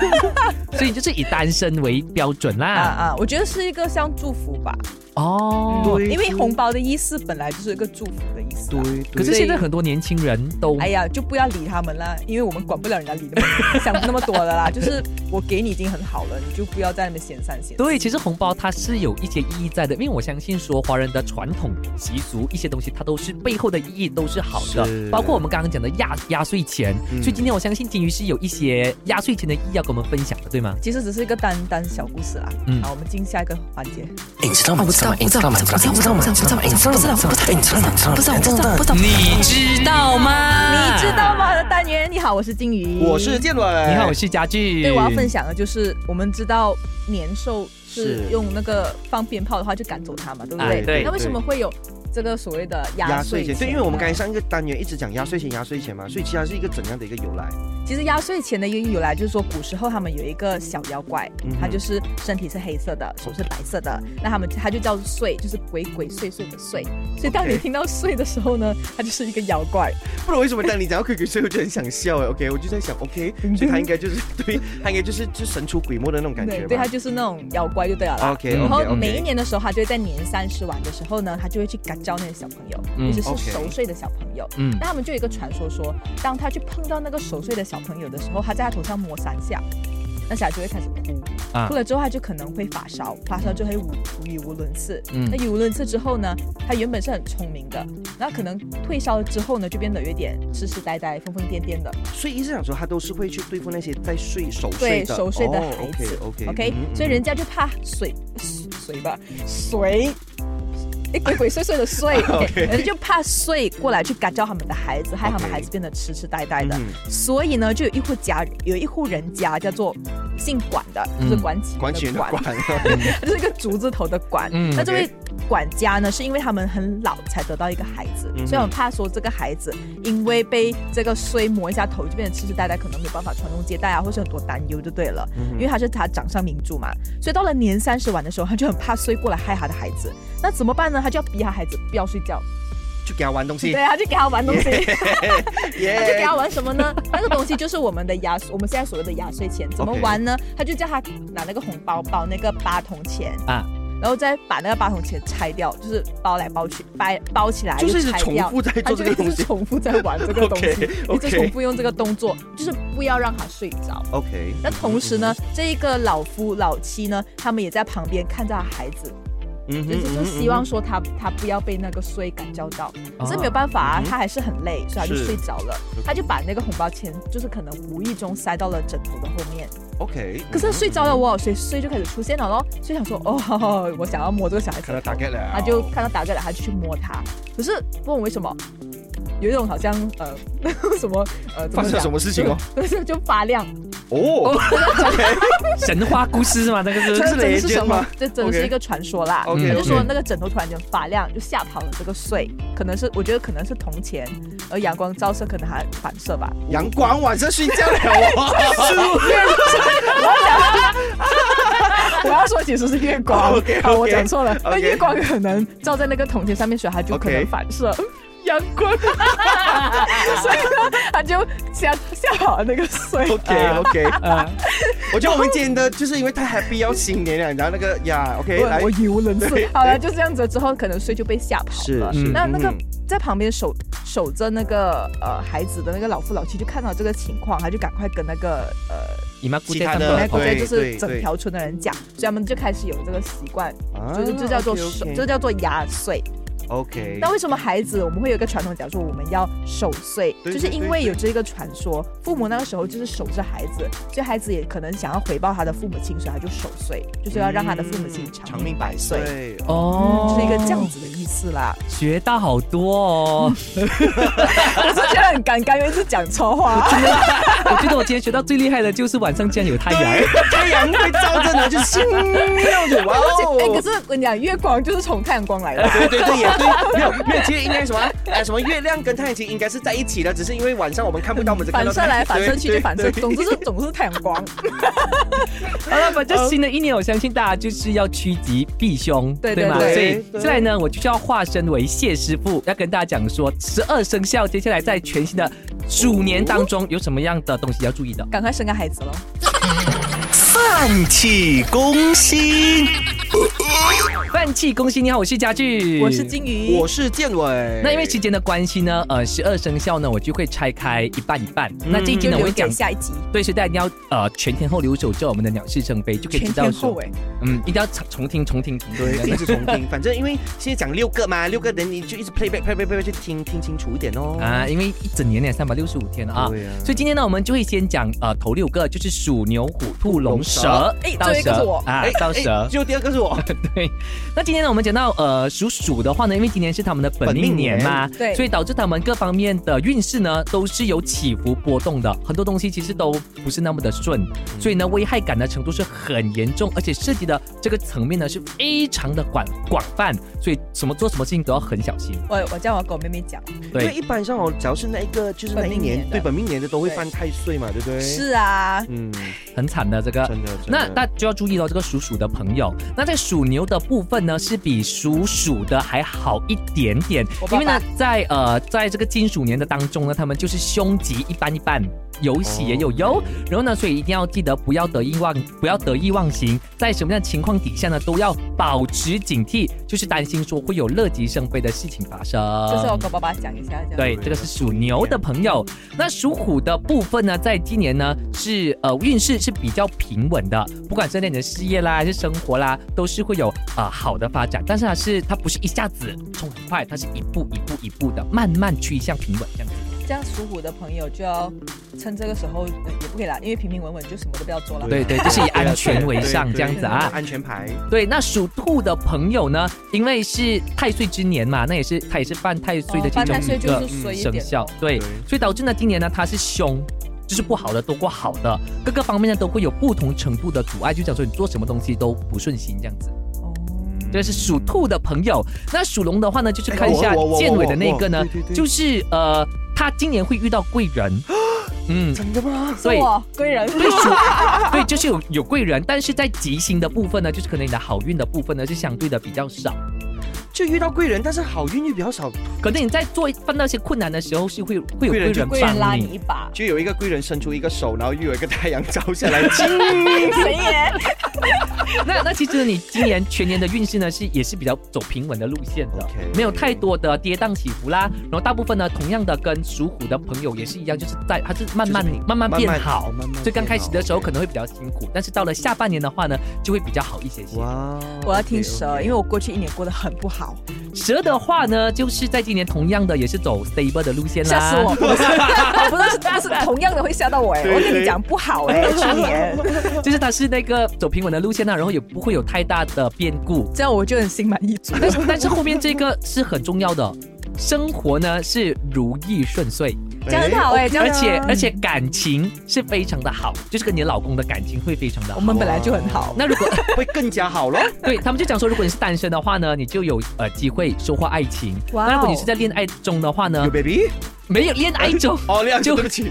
Speaker 1: 所以就是以单身为标准
Speaker 3: 啊
Speaker 1: 啦。
Speaker 3: 啊，我觉得是一个像祝福吧，
Speaker 1: 哦，
Speaker 2: 对
Speaker 3: 因为红包的意思本来就是一个祝福的意思啊。
Speaker 2: 对，
Speaker 1: 可是现在很多年轻人都
Speaker 3: 哎呀，就不要理他们啦，因为我们管不了人家理那么想那么多的啦。就是我给你已经很好了，你就不要在那边嫌三嫌四。
Speaker 1: 对，其实红包它是有一些意义在的，因为我相信说华人的传统习俗一些东西，它都是背后的意义都是好
Speaker 2: 是
Speaker 1: 的，包括我们刚刚讲的压压岁钱，
Speaker 2: 嗯
Speaker 1: 所以今天我相信金鱼是有一些压岁钱的意义要跟我们分享的，对吗？
Speaker 3: 其实只是一个单单小故事啦。
Speaker 1: 嗯
Speaker 3: 好，我们进下一个环节。
Speaker 4: 你哦知道吗？你知道吗？你知道吗？你知道吗？你知道吗？你知道吗？你知道吗？你知道吗？你知道吗？你知道吗？
Speaker 1: 你知道吗
Speaker 3: 你知道吗？的单元，你好，我是金鱼，
Speaker 2: 啊我是。建伦，
Speaker 1: 你好，我是家具。
Speaker 3: 对，我要分。享的就是，我们知道年兽是
Speaker 2: 是
Speaker 3: 用那个放鞭炮的话就赶走它嘛，对不对？
Speaker 1: 哎对
Speaker 3: 那为什么会有这个所谓的压
Speaker 2: 压
Speaker 3: 岁钱嗯
Speaker 2: 岁钱，
Speaker 3: 呢。
Speaker 2: 对，因为我们刚才上一个单元一直讲压岁钱，压岁钱嘛，所以其实它是一个怎样的一个由来？
Speaker 3: 其实压岁钱的一个由来就是说，古时候他们有一个小妖怪
Speaker 2: 嗯，
Speaker 3: 他就是身体是黑色的，手是白色的，那他们他就叫祟，就是鬼鬼祟祟的祟。所以当你
Speaker 2: OK
Speaker 3: 听到祟的时候呢，他就是一个妖怪。
Speaker 2: 不然为什么当你讲到 QQ 时，我就很想
Speaker 3: [LAUGHS]
Speaker 2: 笑哎？OK，我就在想 OK，所
Speaker 3: 嗯
Speaker 2: 以他应该就是对， [LAUGHS] 他应该就是就神出鬼没的那种感觉
Speaker 3: 对，
Speaker 2: 吧。
Speaker 3: 对，他就是那种妖怪就对了啦。
Speaker 2: OK，
Speaker 3: 然后
Speaker 2: OK，OK
Speaker 3: 每一年的时候，他就会在年三十晚的时候呢，他就会去嘎教那些小朋友，
Speaker 1: 嗯
Speaker 3: 尤其是
Speaker 2: OK
Speaker 3: 熟睡的小朋友。
Speaker 1: 嗯
Speaker 3: 那他们就有一个传说说，当他去碰到那个熟睡的小朋友的时候，他在他头上摸三下，那小孩就会开始哭，
Speaker 1: 啊
Speaker 3: 哭了之后他就可能会发烧，发烧就会无语无伦次。
Speaker 1: 嗯
Speaker 3: 那语无伦次之后呢，他原本是很聪明的，那可能退烧之后呢，就变得有一点痴痴呆呆、疯疯癫癫的。
Speaker 2: 所以意思讲说，他都是会去对付那些在睡熟睡
Speaker 3: 对
Speaker 2: 的哦嗯
Speaker 3: 熟睡的孩子、
Speaker 2: o k OK
Speaker 3: OK，所以人家就怕水水吧水。哎，鬼鬼祟祟的祟
Speaker 2: [LAUGHS] OK
Speaker 3: 人家就怕睡过来去感召他们的孩子，害他们
Speaker 2: OK
Speaker 3: 孩子变得痴痴呆呆的。
Speaker 2: 嗯
Speaker 3: 所以呢，就有一户家，有一户人家叫做姓管的，就是
Speaker 1: 嗯
Speaker 3: 管起
Speaker 2: 管起人的
Speaker 3: 管
Speaker 2: 管，
Speaker 3: [LAUGHS] 就是一个竹字头的管。
Speaker 1: 嗯
Speaker 3: 那这位
Speaker 2: OK
Speaker 3: 管家呢，是因为他们很老才得到一个孩子，
Speaker 2: 嗯哼
Speaker 3: 所以我们怕说这个孩子因为被这个摔磨一下头，就变得痴痴呆呆，可能没有办法传宗接代啊，或是很多担忧就对了。
Speaker 2: 嗯
Speaker 3: 因为他是他掌上明珠嘛，所以到了年三十晚的时候，他就很怕睡过来害他的孩子。那怎么办呢？他就要逼他孩子不要睡
Speaker 2: [LAUGHS]
Speaker 3: 觉，
Speaker 2: 就给他玩东西
Speaker 3: 对，，他就给他玩东西。
Speaker 2: 耶
Speaker 3: 他就给他玩什么
Speaker 2: 呃
Speaker 3: 呢？那个东西就是我们的压，我们现在所谓的压岁钱，怎么
Speaker 2: OK
Speaker 3: 玩呢？他就叫他拿那个红包包那个八铜钱
Speaker 1: 啊，
Speaker 3: 然后再把那个八铜钱拆掉，就是包来包去，掰包起来
Speaker 2: 就是
Speaker 3: 又
Speaker 2: 一直
Speaker 3: 拆
Speaker 2: 重
Speaker 3: 掉。
Speaker 2: 复在
Speaker 3: 他
Speaker 2: 做
Speaker 3: 就
Speaker 2: 这个
Speaker 3: 一
Speaker 2: 东
Speaker 3: 直
Speaker 2: 西。
Speaker 3: 重复在玩这
Speaker 2: [LAUGHS]
Speaker 3: 个东西
Speaker 2: OK，OK
Speaker 3: 一直重复用这个动作，就是不要让他睡着。
Speaker 2: OK，
Speaker 3: 那同时呢，这一个老夫老妻呢，他们也在旁边看着他孩子，
Speaker 2: 嗯哼，
Speaker 3: 就
Speaker 2: 嗯
Speaker 3: 是就
Speaker 2: 哼
Speaker 3: 希。
Speaker 2: 嗯
Speaker 3: 望
Speaker 2: 哼
Speaker 3: 说他他不要被那个睡感召到，
Speaker 1: 啊
Speaker 3: 可是没有办法啊
Speaker 2: 嗯，哼
Speaker 3: 他还是很累，所以他就是睡着了。他就把那个红包钱，就是可能无意中塞到了枕头的后面。
Speaker 2: 嗯 OK，
Speaker 3: 可是睡着了我，所以睡就开始出现了咯，所以想说哦， [LAUGHS] 我想要摸这个小孩子
Speaker 2: 看
Speaker 3: 的
Speaker 2: 到
Speaker 3: 头
Speaker 2: 大，概了，
Speaker 3: 他就看到打嗝了，他就去摸他。可是问我为什么，有一种好像呃 [LAUGHS] 什么呃怎
Speaker 2: 发
Speaker 3: 么
Speaker 2: 生
Speaker 3: 讲
Speaker 2: 什么事情哦？
Speaker 3: 就 [LAUGHS] 就发亮，
Speaker 2: 哦，
Speaker 1: 神话故事是吗？那个
Speaker 2: 这
Speaker 3: [LAUGHS] 这
Speaker 1: 是
Speaker 2: 是
Speaker 3: 真的
Speaker 2: legend
Speaker 3: 是什么
Speaker 2: 吗？
Speaker 3: 这真的
Speaker 2: OK
Speaker 3: 是一个传说啦。
Speaker 2: OK，
Speaker 3: 他就说
Speaker 1: OK
Speaker 3: 那个枕头突然间发亮，就吓跑了这个睡，可能是我觉得可能是铜钱，而阳光照射可能还反射
Speaker 2: [LAUGHS]
Speaker 3: 吧。
Speaker 2: 阳光晚上睡觉了
Speaker 3: [LAUGHS]
Speaker 2: 哦
Speaker 3: 我要说其实是月光
Speaker 2: 哦 OK，OK，
Speaker 3: 好我讲错了，那
Speaker 2: OK
Speaker 3: 月光可能照在那个铜钱上面，所以它就可
Speaker 2: OK
Speaker 3: 能反射。阳光，
Speaker 2: [LAUGHS]
Speaker 3: [LAUGHS] 所以呢，他就吓吓跑了那个睡。
Speaker 2: ，OK OK，
Speaker 1: 呃，
Speaker 2: 我觉得我们今天的就是因为太 happy 要新年了，然后那个呀，OK，
Speaker 3: 我
Speaker 2: 来
Speaker 3: 我，语无伦次
Speaker 2: 对。
Speaker 3: 好了，就这样子之后，可能睡就被吓跑了。
Speaker 1: 是
Speaker 3: 那那个
Speaker 2: 嗯
Speaker 3: 在旁边守守着那个呃孩子的那个老夫老妻就看到这个情况，他就赶快跟那个呃
Speaker 1: 姨妈姑
Speaker 2: 其
Speaker 1: 爹
Speaker 2: 他
Speaker 1: 看
Speaker 2: 的
Speaker 1: 到
Speaker 3: 本来
Speaker 1: 了
Speaker 3: 国家
Speaker 2: 对
Speaker 3: 就是整条村的人讲，所以他们就开始有这个习惯，
Speaker 2: 啊
Speaker 3: 就是这叫做守，这叫做压岁。
Speaker 2: OK，
Speaker 3: 那为什么孩子我们会有一个传统讲说我们要守岁，
Speaker 2: 对
Speaker 3: 就是因为有这个传说，父母那个时候就是守着孩子，所以孩子也可能想要回报他的父母亲，所以他就守岁，就是要让他的父母亲
Speaker 2: 嗯长
Speaker 3: 长
Speaker 2: 命
Speaker 3: 命
Speaker 2: 百
Speaker 3: 百岁。
Speaker 2: 岁。
Speaker 1: 哦，
Speaker 3: 嗯是一个这样子的意思啦，
Speaker 1: 学到好多哦。
Speaker 3: 我是觉得很尴尬，因为是讲错
Speaker 1: [LAUGHS]
Speaker 3: 话。
Speaker 1: 我觉得我今天学到最厉害的就是晚上竟然有太阳。
Speaker 2: 哎太阳会照着呢，就是这样子哇
Speaker 3: 而且，哎，可
Speaker 2: 哦！
Speaker 3: 是我跟你讲，月光就是从太阳光来的。
Speaker 2: 对对对，也对，没有没有，其实应该什么哎什么月亮跟太阳其实应该是在一起的，只是因为晚上我们看不到，我们只看
Speaker 3: [LAUGHS] 反
Speaker 2: 到
Speaker 3: 射
Speaker 2: 太
Speaker 3: 来
Speaker 2: 阳
Speaker 3: 反射去就反射，
Speaker 2: 对对
Speaker 3: 总之是总之是太阳光。
Speaker 1: 好了，反正新的一年，我相信大家就是要趋吉避凶，
Speaker 3: 对
Speaker 1: 吗？
Speaker 3: 对
Speaker 1: 所
Speaker 2: 对对
Speaker 1: 以再来呢，我就是要化身为谢师傅，要跟大家讲说，十二生肖接下来在全新的鼠年当中有什么样的东西要注意的。
Speaker 3: 赶快生个孩
Speaker 1: [LAUGHS]
Speaker 3: 子喽！
Speaker 4: 泛起攻心。
Speaker 1: 饭气攻心，你好，我是家具，
Speaker 3: 我是。金鱼，
Speaker 2: 我是建伟。
Speaker 1: 那因为时间的关系呢，呃，十二生肖呢，我就会拆开一半一半。那这一集
Speaker 3: 就
Speaker 1: 呢，
Speaker 3: 留
Speaker 1: 我会
Speaker 3: 给
Speaker 1: 讲，
Speaker 3: 下一集。
Speaker 1: 对，所以大家一定要呃全天候留守着我们的鸟事生非，就可以
Speaker 3: 全
Speaker 1: 知道
Speaker 3: 天候
Speaker 1: 说，
Speaker 3: 哎，
Speaker 1: 嗯，一定要重重听重听重听。
Speaker 2: 对，一直重听，反正因为现在讲六个嘛，六个人你就一直 playback playback playback 去听听清楚一点哦。
Speaker 1: 啊，因为一整年呢，三百六十五天啊。
Speaker 2: 对啊
Speaker 1: 所以今天呢，我们就会先讲呃头六个，就是鼠、牛、虎、兔、龙、
Speaker 2: 龙
Speaker 1: 蛇
Speaker 2: 蛇。
Speaker 3: 哎最后一个是我
Speaker 1: 啊，到蛇
Speaker 2: 哎，。就第二个是我，
Speaker 1: 对，那今天呢，我们讲到呃属鼠的话呢，因为今年是他们的本命年嘛，
Speaker 3: 对
Speaker 1: 所以导致他们各方面的呃运势呢都是有起伏波动的，很多东西其实都不是那么的顺，
Speaker 3: 嗯
Speaker 1: 所以呢危害感的程度是很严重，而且涉及的这个层面呢是非常的广广泛，所以什么做什么事情都要很小心。
Speaker 3: 我我叫我狗妹妹讲，
Speaker 2: 因为
Speaker 1: [LAUGHS] 对，
Speaker 2: 一般上哦，只要是那一个就是那
Speaker 3: 本
Speaker 2: 一
Speaker 3: 命
Speaker 2: 年
Speaker 3: 年的
Speaker 2: 对本命年的都会
Speaker 3: 对
Speaker 2: 犯太岁嘛，对不对？，
Speaker 3: 是啊，
Speaker 2: 嗯，
Speaker 1: 很惨的这个。
Speaker 2: 真的。真
Speaker 1: 啊那
Speaker 2: 的
Speaker 1: 大家就要注意到这个属鼠的朋友，那在属牛的部分呢，是比属鼠的还好一点点
Speaker 3: 我，爸
Speaker 1: 因
Speaker 3: 爸
Speaker 1: 为呢，在呃，在这个金属年的当中呢，他们就是凶吉一般一般，有喜也有
Speaker 3: 哦
Speaker 1: 忧，然后呢，所以一定要记得不要得意忘，不要得意忘形，在什么样的情况底下呢，都要保持警惕，就是担心说会有乐极生悲的事情发生。
Speaker 3: 就是我狗爸爸讲一下这样。
Speaker 1: 对，这个是属牛的朋友。那属虎的部分呢，在今年呢是呃运势是比较平稳的，不管是在你的事业啦还是生活啦，都是会有呃好的发展。但是它是它不是一下子冲很快，它是一步一步一步的慢慢趋向平稳这样子。
Speaker 3: 这样属虎的朋友就要趁这个时候、呃也不可以啦，因为平平稳稳就什么都不要做了。
Speaker 1: 对对，就是以安全为上这样子啊。
Speaker 2: 安全牌。
Speaker 1: 对，那属兔的朋友呢，因为是太岁之年嘛，那也是它也是犯太岁的
Speaker 3: 哦
Speaker 1: 其
Speaker 3: 犯
Speaker 1: 中
Speaker 3: 太岁
Speaker 1: 一
Speaker 3: 就
Speaker 1: 个嗯
Speaker 3: 是衰一
Speaker 1: 生
Speaker 3: 点
Speaker 1: 肖，对
Speaker 2: 对，
Speaker 1: 所以导致呢，今年呢它是凶。就是不好的多过好的，各个方面呢都会有不同程度的阻碍，就讲说你做什么东西都不顺心这样子。
Speaker 3: 哦，
Speaker 1: 这是属兔的朋友，那属龙的话呢，就是看一下
Speaker 2: 哎我我我
Speaker 1: 建伟的那个呢
Speaker 2: 我我对对，对
Speaker 1: 就是呃，他今年会遇到贵人，嗯，
Speaker 2: 真的吗？
Speaker 1: 所以
Speaker 3: 是我贵人，
Speaker 1: 对属对，就是有有贵人，但是在吉星的部分呢，就是可能你的好运的部分呢是相对的比较少。
Speaker 2: 就遇到贵人，但是好运又比较少，
Speaker 1: 可能你在做犯到一些困难的时候，是会会有
Speaker 2: 贵
Speaker 1: 贵
Speaker 2: 人就。
Speaker 1: 人
Speaker 3: 贵人拉
Speaker 1: 帮
Speaker 3: 你
Speaker 1: 你。
Speaker 3: 一把
Speaker 2: 就有一个贵人伸出一个手，然后又有一个太阳照
Speaker 1: [LAUGHS]
Speaker 2: 下来，金
Speaker 3: 谁也
Speaker 1: 那那其实你今年全年的运势呢，是也是比较走平稳的路线的
Speaker 2: OK
Speaker 1: 没有太多的跌宕起伏啦。然后大部分呢，同样的跟属虎的朋友也是一样，就是在它是慢慢
Speaker 2: 就是平
Speaker 1: 慢慢变
Speaker 2: 慢慢
Speaker 1: 好。
Speaker 2: 慢慢变好
Speaker 1: 所以刚开始的时候
Speaker 2: OK
Speaker 1: 可能会比较辛苦，但是到了下半年的话呢，就会比较好一些些。
Speaker 2: 哇！ [LAUGHS]
Speaker 3: 我要听蛇，
Speaker 2: OK，OK
Speaker 3: 因为我过去一年过得很不好，
Speaker 1: 蛇的话呢，就是在今年同样的也是走 stable 的路线啦。
Speaker 3: 吓死
Speaker 1: [LAUGHS]
Speaker 3: 我！不是，我不是，但是同样的会吓到我哎，
Speaker 2: 对
Speaker 3: 我跟你讲不好哎，去年
Speaker 1: 就是它是那个走平稳的路线啊，然后也不会有太大的变故。
Speaker 3: 这样我就很心满意足。
Speaker 1: 但是但是后面这个是很重要的，生活呢是如意顺遂，
Speaker 3: 这样很好哎，这样
Speaker 1: 而且而且感情是非常的好，就是跟你老公的感情会非常的
Speaker 3: 我
Speaker 1: 好。
Speaker 3: 们本来就很好，
Speaker 1: 那如果 [LAUGHS]
Speaker 2: 会更加好咯。
Speaker 1: 对他们就讲说，如果你是单身的话呢，你就有呃机会收获爱情。
Speaker 3: 哇哦
Speaker 1: 那如果你是在恋爱中的话呢
Speaker 2: 有，baby
Speaker 1: 没有恋爱中 [LAUGHS]
Speaker 2: 哦，亮
Speaker 1: 就
Speaker 2: 就对不起，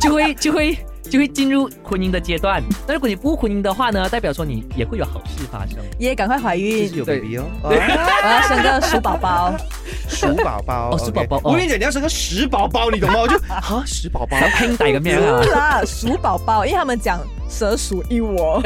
Speaker 1: 就会就会就会进入婚姻的阶段。那如果你不婚姻的话呢，代表说你也会有好事发
Speaker 3: [LAUGHS]
Speaker 1: 生。
Speaker 3: 也赶快怀
Speaker 2: 就
Speaker 3: 孕
Speaker 2: 是，有
Speaker 1: 对
Speaker 2: baby 哦，
Speaker 3: 我要生个鼠宝宝。
Speaker 2: 鼠宝宝 [LAUGHS]
Speaker 1: 哦鼠宝宝
Speaker 2: OK 我跟你讲，你要生个屎宝宝，你懂吗？我 [LAUGHS] 就啊，屎宝宝
Speaker 1: 然后拼打一
Speaker 3: [LAUGHS]
Speaker 1: 个面啊
Speaker 3: 是！啦，鼠宝宝，因为他们讲蛇鼠一窝，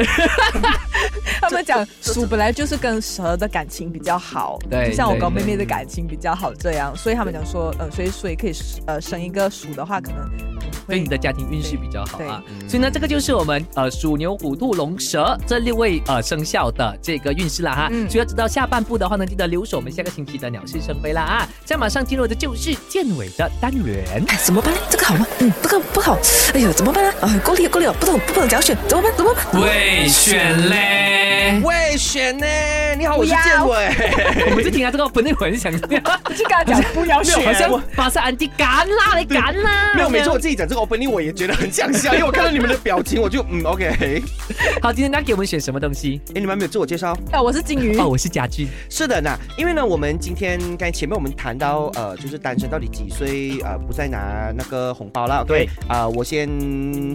Speaker 3: 他们讲鼠本来就是跟蛇的感情比较好，
Speaker 1: 对
Speaker 3: 就像我
Speaker 1: 对
Speaker 3: 跟妹妹的感情比较好这样，所以他们讲说，呃，所以所以可以呃生一个鼠的话，可能嗯
Speaker 1: 对
Speaker 3: 会嗯
Speaker 1: 你的家庭运势比较好啊
Speaker 2: 对。对
Speaker 1: 所以呢，这个就是我们呃鼠、牛、虎、兔、龙、蛇这六位呃生肖的这个运势啦哈。
Speaker 3: 嗯
Speaker 1: 所以要知道下半部的话呢，记得留守我们下个星期的鸟事生非啦啊。这样马上进入的就是建伟的单元。
Speaker 4: 哎，怎么办呢？这个好吗？嗯，这个不好。哎呦，怎么办呢？哎，够力了够力了，不懂不懂怎样选，怎么办？怎么办？
Speaker 1: 未选嘞，
Speaker 2: [LAUGHS] 喂，选呢？你好，我是
Speaker 3: 不要
Speaker 1: [LAUGHS]
Speaker 2: 建伟。
Speaker 1: 我就听啊这个，本来我很想这样，
Speaker 3: 就跟他讲不要
Speaker 2: 没有
Speaker 1: 好
Speaker 3: 选，
Speaker 1: 像巴萨安迪干啦，你干
Speaker 4: 啊
Speaker 1: 啦。
Speaker 2: [LAUGHS] 没有，每次我自己讲这个 opening，我也觉得很想笑，因为我看到你们的表情，我就嗯 OK。哎，
Speaker 1: 好，今天他给我们选什么东西？
Speaker 2: 你们还没有自我介绍？
Speaker 3: 哎，我是金鱼
Speaker 1: 哦，，我是家具。
Speaker 2: 是的呢，因为呢，我们今天刚才前面我们谈到，呃，就是单身到底几岁，呃，不再拿那个红包啦。OK，
Speaker 1: 对
Speaker 2: 啊、我先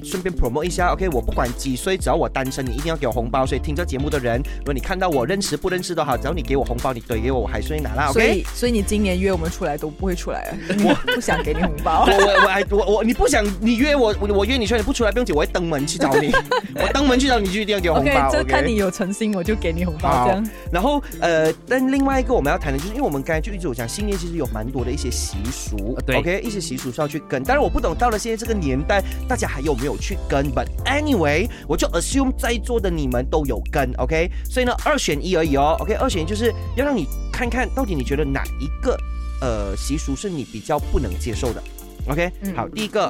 Speaker 2: 顺便 promote 一下，OK，我不管几岁，只要我单身，你一定要给我红包。所以听这节目的人，如果你看到我认识不认识都好，只要你给我红包，你怼给我，我还是会拿啦。
Speaker 3: 所
Speaker 2: OK，
Speaker 3: 以所以你今年约我们出来都不会出来了，我不想给你红包
Speaker 2: 我。我我还我我你不想你约我，我我约你出来，你不出来不用紧，我会登门去找
Speaker 3: [LAUGHS]
Speaker 2: 你，我登门去找你，就一定要给我红
Speaker 3: OK，
Speaker 2: 包。
Speaker 3: 这
Speaker 2: OK，
Speaker 3: 看你有诚心，我就给你红包
Speaker 2: 好
Speaker 3: 这样。
Speaker 2: 然后呃，但另外一个我们要谈的就是，因为我们刚才就一直有讲，新年其实有蛮多的一些习俗
Speaker 1: 呃，对
Speaker 2: ，OK，一些习俗是要去跟。当然我不懂到了现在这个年代，大家还有没有去跟？But anyway，我就 assume 在座的你们都有跟，OK。所以呢，二选一而已哦，OK，二选一就是要让你看看到底你觉得哪一个呃习俗是你比较不能接受的。 OK，、
Speaker 3: 嗯
Speaker 2: 好，第一个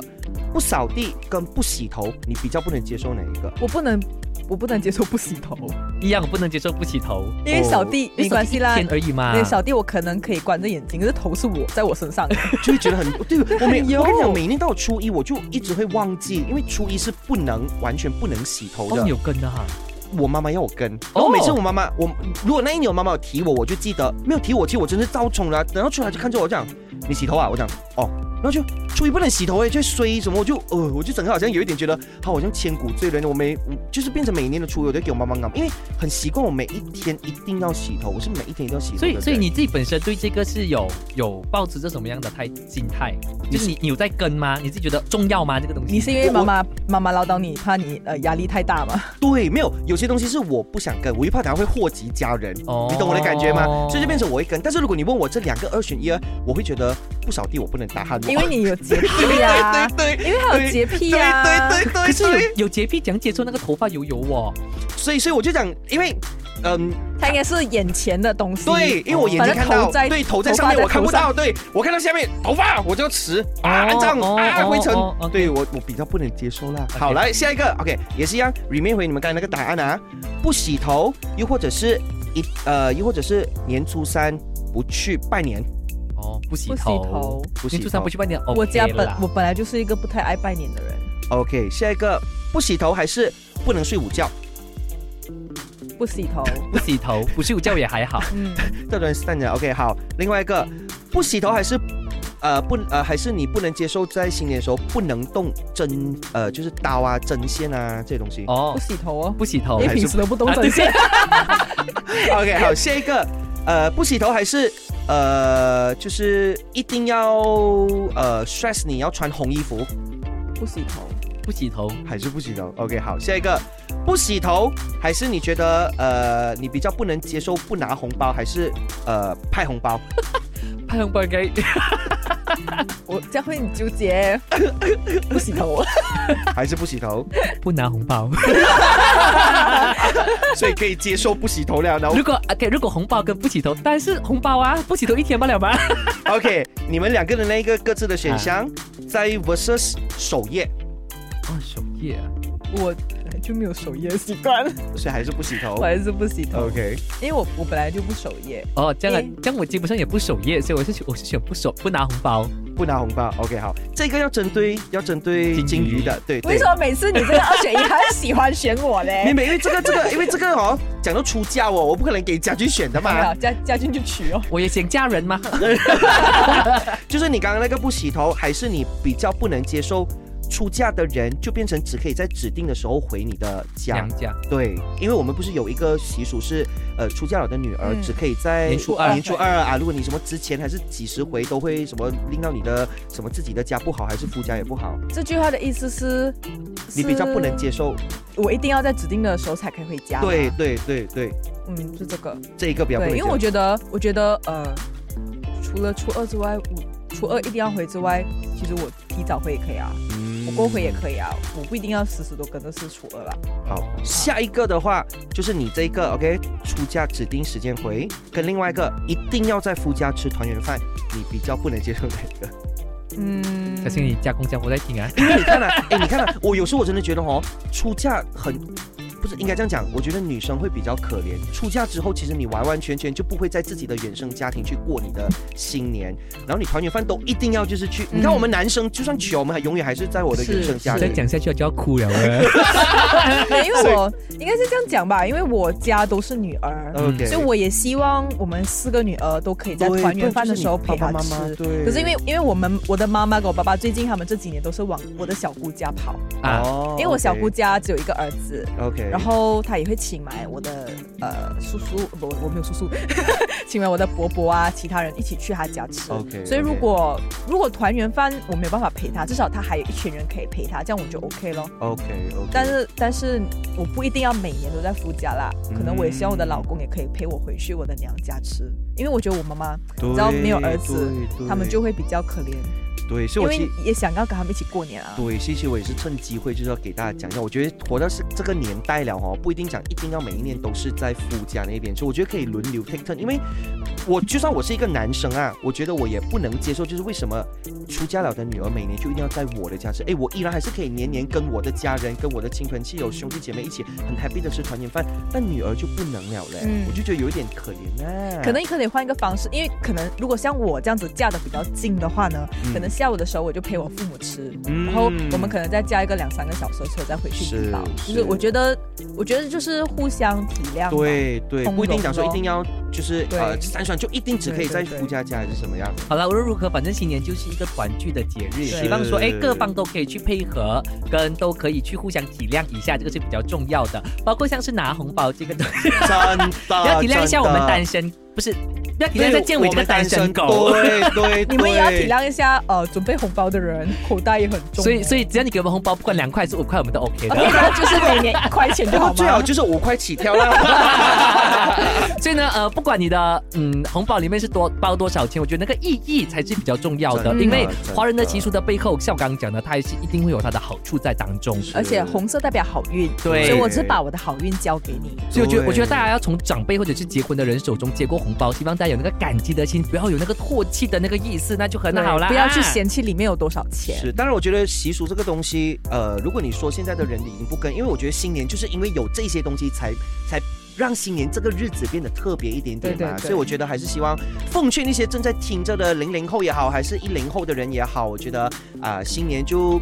Speaker 2: 不扫地跟不洗头，你比较不能接受哪一个？
Speaker 3: 我不能，我不能接受不洗头，
Speaker 1: 一样不能接受不洗头，
Speaker 3: 因为扫地没关系啦
Speaker 1: 哦一。天而已嘛。
Speaker 3: 对，扫地我可能可以关着眼睛，可是头是我在我身上的，
Speaker 2: 就会觉得很对。我每
Speaker 3: 油
Speaker 2: 我跟你讲，每年到初一我就一直会忘记，因为初一是不能完全不能洗头
Speaker 1: 哦，
Speaker 2: 的。
Speaker 1: 你有跟的哈，
Speaker 2: 我妈妈要我跟，然
Speaker 1: 哦
Speaker 2: 后每次我妈妈，我如果那一年我妈妈有提我，我就记得；没有提我，其实我真是照冲了啊。等到出来就看着我这样，你洗头啊？我讲哦，然后就初一不能洗头哎、就衰什么，我就呃，我就整个好像有一点觉得，好像千古罪人。我每我就是变成每年的初一我都给我妈妈按，因为很习惯我每一天一定要洗头，我是每一天一定要洗头的。
Speaker 1: 所以所以
Speaker 2: 对
Speaker 1: 你自己本身对这个是有有抱持着什么样的态心态？就是你你有在跟吗？你自己觉得重要吗？这个东西？
Speaker 3: 你是因为妈妈妈妈唠叨你，怕你呃压力太大吗？
Speaker 2: [LAUGHS] 对，没有有些东西是我不想跟，我又怕等下会祸及家人，
Speaker 1: 哦
Speaker 2: 你懂我的感觉吗？所以就变成我会跟。但是如果你问我这两个二选一，啊我会觉得不扫地我不能打鼾我，
Speaker 3: 因为你有洁癖呀、
Speaker 2: [LAUGHS] 对对
Speaker 3: 因为他有洁癖啊呀、
Speaker 2: 对对对
Speaker 1: 可
Speaker 2: 对
Speaker 1: 是有
Speaker 2: 对，
Speaker 1: 有洁癖，讲接受那个头发油油哦，
Speaker 2: 所以所以我就讲，因为嗯，
Speaker 3: 他应该是眼前的东西。
Speaker 2: 对，
Speaker 1: 哦
Speaker 2: 因为我眼睛看
Speaker 3: 反正
Speaker 2: 到
Speaker 3: 头，在
Speaker 2: 对，头在
Speaker 3: 头
Speaker 2: 上
Speaker 3: 发
Speaker 2: 面
Speaker 3: 在
Speaker 2: 我看
Speaker 3: 头
Speaker 2: 不到，对我看到下面头发我就迟啊，
Speaker 1: 哦
Speaker 2: 这样
Speaker 1: 哦
Speaker 2: 啊
Speaker 1: 哦
Speaker 2: 灰尘
Speaker 1: 哦，，OK
Speaker 2: 对我我比较不能接受啦。好，来下一个，OK，也是一样，remain 回你们刚才那个答案啊，不洗头，又或者是一呃，又或者是年初三不去拜年，
Speaker 1: 哦，不洗
Speaker 3: 不洗
Speaker 1: 头
Speaker 3: 头，
Speaker 2: 不洗
Speaker 1: 你就算
Speaker 2: 头
Speaker 1: 不去拜年，
Speaker 3: 我家
Speaker 1: OK
Speaker 3: 本
Speaker 1: 啦
Speaker 3: 我本来就是一个不太爱拜年的人，
Speaker 2: ，OK，下一个不洗头还是不能睡午觉，
Speaker 3: 不洗
Speaker 2: [LAUGHS]
Speaker 3: 头。
Speaker 1: 不洗头，不睡午觉也还好。
Speaker 3: 嗯，
Speaker 2: 这段是站着，OK，好，另外一个不洗头还是。呃不呃还是你不能接受在新年的时候不能动针呃就是刀啊针线啊这些东西
Speaker 3: 不
Speaker 1: 哦，
Speaker 3: 洗头哦，
Speaker 1: 不洗头
Speaker 3: 因为
Speaker 2: 哎还是
Speaker 3: 平时都不懂
Speaker 1: 啊
Speaker 3: 整些。
Speaker 2: [LAUGHS] OK，好，下一个，呃，不洗头还是呃，就是一定要呃 stress 你要穿红衣服，
Speaker 3: [LAUGHS] 不洗头，
Speaker 1: 不洗头，
Speaker 2: 还是不洗头？OK，好，下一个，不洗头还是你觉得呃，你比较不能接受不拿红包，还是呃派
Speaker 3: [LAUGHS]
Speaker 2: 红包？
Speaker 1: 拍红包应该
Speaker 3: 我这样会很纠
Speaker 2: [LAUGHS]
Speaker 3: 结。不洗头，
Speaker 2: 还是不洗头？
Speaker 1: 不拿红包。 [LAUGHS]
Speaker 2: 所以可以接受不洗头了。然后
Speaker 1: 如果 OK，如果红包跟不洗头，但是红包啊，不洗头一天不了吧？
Speaker 2: OK，你们两个人那一个各自的选
Speaker 3: 啊
Speaker 2: 项，在 versus 首页，
Speaker 1: 哦，首页啊，
Speaker 3: 我本来就没有守夜习惯，
Speaker 2: 所以还是不洗头
Speaker 3: 我。还是不洗头，
Speaker 2: 哦 OK，
Speaker 3: 因为我我本来就不守夜。
Speaker 1: 哦，这样啊
Speaker 3: 诶，
Speaker 1: 这样我基本上也不首页，所以我是选我是选不首不拿红包。
Speaker 2: 不拿红包。OK，好，这个要针对要针对
Speaker 1: 金
Speaker 2: 金
Speaker 1: 鱼
Speaker 2: 鱼的，对对
Speaker 3: 为什。么每次你这个二选一，还是喜欢选我
Speaker 2: [LAUGHS] 没
Speaker 3: 嘞？
Speaker 2: 没，因为这个这个，因为这个哦，讲到出嫁哦，我不可能给家军选的
Speaker 3: 没 [LAUGHS]
Speaker 2: 嘛
Speaker 3: 有。，加加进去取哦。
Speaker 1: 我也想嫁人吗？
Speaker 2: 就是你刚刚那个不洗头，还是你比较不能接受出嫁的人，就变成只可以在指定的时候回你的家
Speaker 1: 娘。家
Speaker 2: 对，因为我们不是有一个习俗是，呃，出嫁了的女儿
Speaker 3: 嗯
Speaker 2: 只可以在
Speaker 1: 年初二
Speaker 2: 年初二啊，如果你什么之前还是几十回都会什么令到你的什么自己的家不好，还是夫家也不好，
Speaker 3: 这句话的意思是，
Speaker 2: 你比较不能
Speaker 3: 是
Speaker 2: 接受。
Speaker 3: 我一定要在指定的时候才可以回家。
Speaker 2: 对，对对对，
Speaker 3: 嗯，就这个。
Speaker 2: 这一个比较不能
Speaker 3: 对，
Speaker 2: 接
Speaker 3: 因
Speaker 2: 受。
Speaker 3: 为我觉得，我觉得呃，除了初二之外，我初二一定要回之外，其实我提早回也可以啊，
Speaker 2: 嗯
Speaker 3: 我过回也可以啊，我不一定要时时都跟着是初二啦。
Speaker 2: 好，下一个的话就是你这一个 OK 出嫁指定时间回，跟另外一个一定要在夫家吃团圆饭，你比较不能接受哪一个？
Speaker 3: 嗯，
Speaker 1: 小心你家公家婆在听啊。
Speaker 2: 因为你看啊，哎、你看啊，我有时候我真的觉得哦，出嫁很。不是应该这样讲，我觉得女生会比较可怜。出嫁之后，其实你完完全全就不会在自己的原生家庭去过你的新年，然后你团圆饭都一定要就是去。你看我们男生就算穷，我们还永远还是在我的原生家
Speaker 1: 再
Speaker 2: 庭。
Speaker 1: 讲下去我就要哭了啊。
Speaker 3: 对，因为我应该是这样讲吧，因为我家都是女儿。
Speaker 2: OK，
Speaker 3: 所以我也希望我们四个女儿都可以在
Speaker 2: 对
Speaker 3: 团
Speaker 2: 不
Speaker 3: 圆
Speaker 2: 然
Speaker 3: 饭
Speaker 2: 就
Speaker 3: 的
Speaker 2: 是
Speaker 3: 时候
Speaker 2: 你
Speaker 3: 陪
Speaker 2: 爸
Speaker 3: 她
Speaker 2: 爸妈妈
Speaker 3: 吃。
Speaker 2: 对
Speaker 3: 可是因为因为我们我的妈妈跟我爸爸最近他们这几年都是往我的小姑家跑，
Speaker 1: 啊
Speaker 2: 哦
Speaker 3: 因为我小姑家只有一个儿子，
Speaker 2: OK，
Speaker 3: 然后他也会请埋我的呃叔叔，不，我没有叔叔， [LAUGHS] 请埋我的伯伯啊，其他人一起去他家吃。
Speaker 2: OK，
Speaker 3: 所以如果如果团圆饭我没有办法陪他，至少他还有一群人可以陪他，这样我就 OK 咯。
Speaker 2: OK OK，
Speaker 3: 但是但是我不一定要每年都在夫家啦，可能我也希望我的
Speaker 2: 嗯
Speaker 3: 老公也可以陪我回去我的娘家吃，因为我觉得我妈妈只要没有儿子，他们就会比较可怜。
Speaker 2: 对，
Speaker 3: 因
Speaker 2: 所以我
Speaker 3: 为
Speaker 2: 其
Speaker 3: 也想要跟他们一起过年啊。
Speaker 2: 对，其实我也是趁机会就是要给大家讲一下，我觉得活到是这个年代了哦，不一定讲一定要每一年都是在夫家那边，所以我觉得可以轮流 take turn，因为我就算我是一个男生啊，我觉得我也不能接受，就是为什么出家了的女儿每年就一定要在我的家吃？哎，我依然还是可以年年跟我的家人、跟我的亲朋戚友、兄弟姐妹一起很 happy 的吃团年饭，但女儿就不能了嘞，
Speaker 3: 嗯
Speaker 2: 我就觉得有一点可怜啊。
Speaker 3: 可能可得换一个方式，因为可能如果像我这样子嫁的比较近的话呢，
Speaker 2: 嗯
Speaker 3: 可能下午的时候我就陪我父母吃，
Speaker 2: 嗯
Speaker 3: 然后我们可能再加一个两三个小时的车再回去
Speaker 2: 是
Speaker 3: 怡保。
Speaker 2: 是
Speaker 3: 就是我觉得，我觉得就是互相体谅。，啊
Speaker 2: 对对，
Speaker 3: 通
Speaker 2: 不一定
Speaker 3: 融
Speaker 2: 讲说一
Speaker 3: 咯
Speaker 2: 定要就是
Speaker 3: 对
Speaker 2: 呃三双就一定只可以
Speaker 3: 对
Speaker 2: 在
Speaker 3: 对
Speaker 2: 夫
Speaker 3: 对
Speaker 2: 家家还是什么样。
Speaker 1: 好了，无论如何，反正新年就是一个团聚的节日，
Speaker 3: 是
Speaker 1: 希望说，哎，各方都可以去配合，跟都可以去互相体谅一下，这个是比较重要的。包括像是拿红包这个东西，
Speaker 2: 真 [LAUGHS] 的，
Speaker 1: 要体谅一下我们单
Speaker 2: 身，
Speaker 1: 身，不是，不要体
Speaker 2: 对
Speaker 1: 谅一下建伟这个单身
Speaker 2: 啊我
Speaker 1: 狗。
Speaker 2: 们单身
Speaker 1: [LAUGHS]
Speaker 2: 对对，
Speaker 3: 你们也要体
Speaker 2: 对。
Speaker 3: 谅一下，呃，准备红包的人口袋也很重哦。
Speaker 1: 所以，所以只要你给我们红包，不管两块还是五块，我们都 OK 的。
Speaker 3: OK，然后就是每年一块钱就
Speaker 2: 不
Speaker 3: 好
Speaker 2: 过
Speaker 3: 吗？
Speaker 2: [LAUGHS] 最好就是五块起跳
Speaker 1: [LAUGHS]
Speaker 2: 啦。
Speaker 1: 所以呢，呃，不管你的嗯红包里面是多包多少钱，我觉得那个意义才是比较重要的，
Speaker 2: 真
Speaker 3: 的
Speaker 1: 因为
Speaker 2: 真的
Speaker 1: 华人的习俗的背后，像我刚刚讲的，它也是一定会有它的好处在当中。
Speaker 3: 而且红色代表好运，
Speaker 1: 对
Speaker 3: 所以我是把我的好运交给你。
Speaker 1: 所以我觉得，
Speaker 2: 对
Speaker 1: 我觉得大家要从长辈或者是结婚的人手中接过红包，希望大家有那个感激的心，不要有那个唾弃的那个意思，那就很好啦。
Speaker 3: 对不要去嫌弃里面有多少钱。
Speaker 2: 是，当然，我觉得习俗这个东西，呃，如果你说现在的人已经不跟，因为我觉得新年就是因为有这些东西才才。让新年这个日子变得特别一点点嘛，
Speaker 3: 对对对
Speaker 2: 所以我觉得还是希望奉劝那些正在听着的零零后也好，还是一零后的人也好，我觉得啊、新年就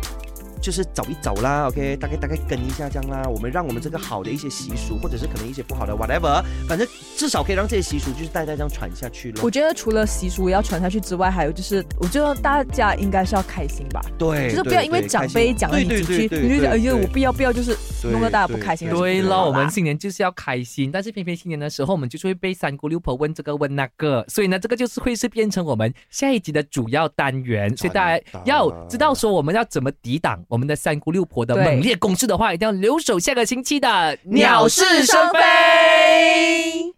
Speaker 2: 就是走一走啦，OK，大概大概跟一下这样啦。我们让我们这个好的一些习俗，或者是可能一些不好的 whatever，反正至少可以让这些习俗就是代代这样传下去咯
Speaker 3: 我。觉得除了习俗要传下去之外，还有就是，我觉得大家应该是要开心吧，
Speaker 2: 对，
Speaker 3: 就是不
Speaker 2: 对
Speaker 3: 要因为
Speaker 2: 对
Speaker 3: 长
Speaker 2: 开心
Speaker 3: 辈讲了
Speaker 2: 对
Speaker 3: 你
Speaker 2: 对
Speaker 3: 几句，
Speaker 2: 对对
Speaker 3: 你就觉得哎
Speaker 2: 对
Speaker 3: 呦
Speaker 2: 对
Speaker 3: 我不要不要，就是
Speaker 2: 对
Speaker 3: 弄得大家不开心
Speaker 2: 对
Speaker 1: 对
Speaker 2: 对
Speaker 1: 了，
Speaker 2: 啦
Speaker 1: 我们新年就是要开心，但是偏偏新年的时候，我们就是会被三姑六婆问这个问那个，所以呢，这个就是会是变成我们下一集的主要单元。所以大家要知道说我们要怎么抵挡我们的三姑六婆的
Speaker 3: 对
Speaker 1: 猛烈攻势的话，一定要留守下个星期的
Speaker 3: 鸟事生非。